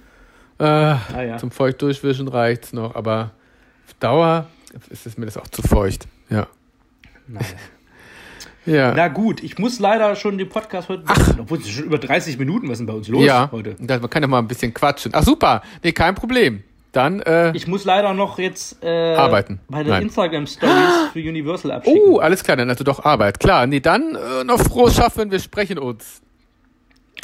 S1: Äh,
S2: Ah, ja.
S1: Zum feucht durchwischen reicht's noch, aber auf Dauer ist es mir das auch zu feucht. Ja.
S2: Naja.
S1: Ja.
S2: Na gut, ich muss leider schon den Podcast heute. Ach. Obwohl es ist schon über 30 Minuten, was ist denn bei uns los
S1: ja.
S2: heute?
S1: Da- Man kann ja mal ein bisschen quatschen. Ach super. Nee, kein Problem. Dann äh,
S2: Ich muss leider noch jetzt äh,
S1: Arbeiten.
S2: meine
S1: Nein. Ah.
S2: Instagram-Stories für Universal abschicken.
S1: Oh, alles klar, dann also doch Arbeit. Klar. Nee, dann äh, noch frohes Schaffen, wir sprechen uns.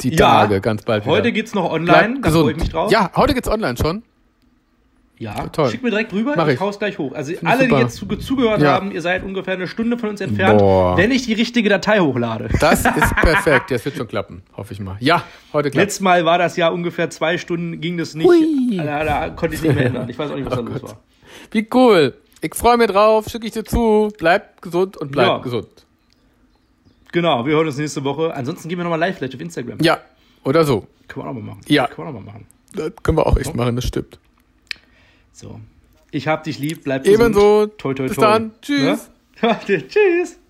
S1: Die
S2: Ja.
S1: Tage ganz bald wieder.
S2: heute geht's noch
S1: Bleibt
S2: online, da
S1: gesund.
S2: freue ich mich drauf.
S1: Ja, heute geht's online schon.
S2: Ja,
S1: Toll.
S2: schick mir direkt rüber,
S1: Mach
S2: ich,
S1: ich.
S2: hau's gleich hoch. Also
S1: ich
S2: alle, die
S1: super.
S2: jetzt zuge zugehört
S1: Ja.
S2: haben, ihr seid ungefähr eine Stunde von uns entfernt,
S1: Boah.
S2: wenn ich die richtige Datei hochlade.
S1: Das ist perfekt. Das wird schon klappen, hoffe ich mal. Ja, heute klappt's.
S2: Letztes Mal war das ja ungefähr zwei Stunden, ging das nicht. Ah,
S1: Hui. Oh
S2: Da, da konnte ich nicht mehr ändern. Ich weiß auch nicht, was da los war.
S1: Wie cool. Ich freue mich drauf, schicke ich dir zu. Bleib gesund und bleib
S2: Ja.
S1: gesund.
S2: Genau, wir hören uns nächste Woche. Ansonsten gehen wir nochmal live vielleicht auf Instagram.
S1: Ja, oder so.
S2: Können wir auch nochmal machen.
S1: Ja.
S2: Können wir auch nochmal machen.
S1: Das können wir auch echt machen, das stimmt.
S2: So. Ich hab dich lieb, bleib gesund.
S1: Ebenso.
S2: Toi, toi, toi.
S1: Bis dann. Tschüss.
S2: Ne? Tschüss.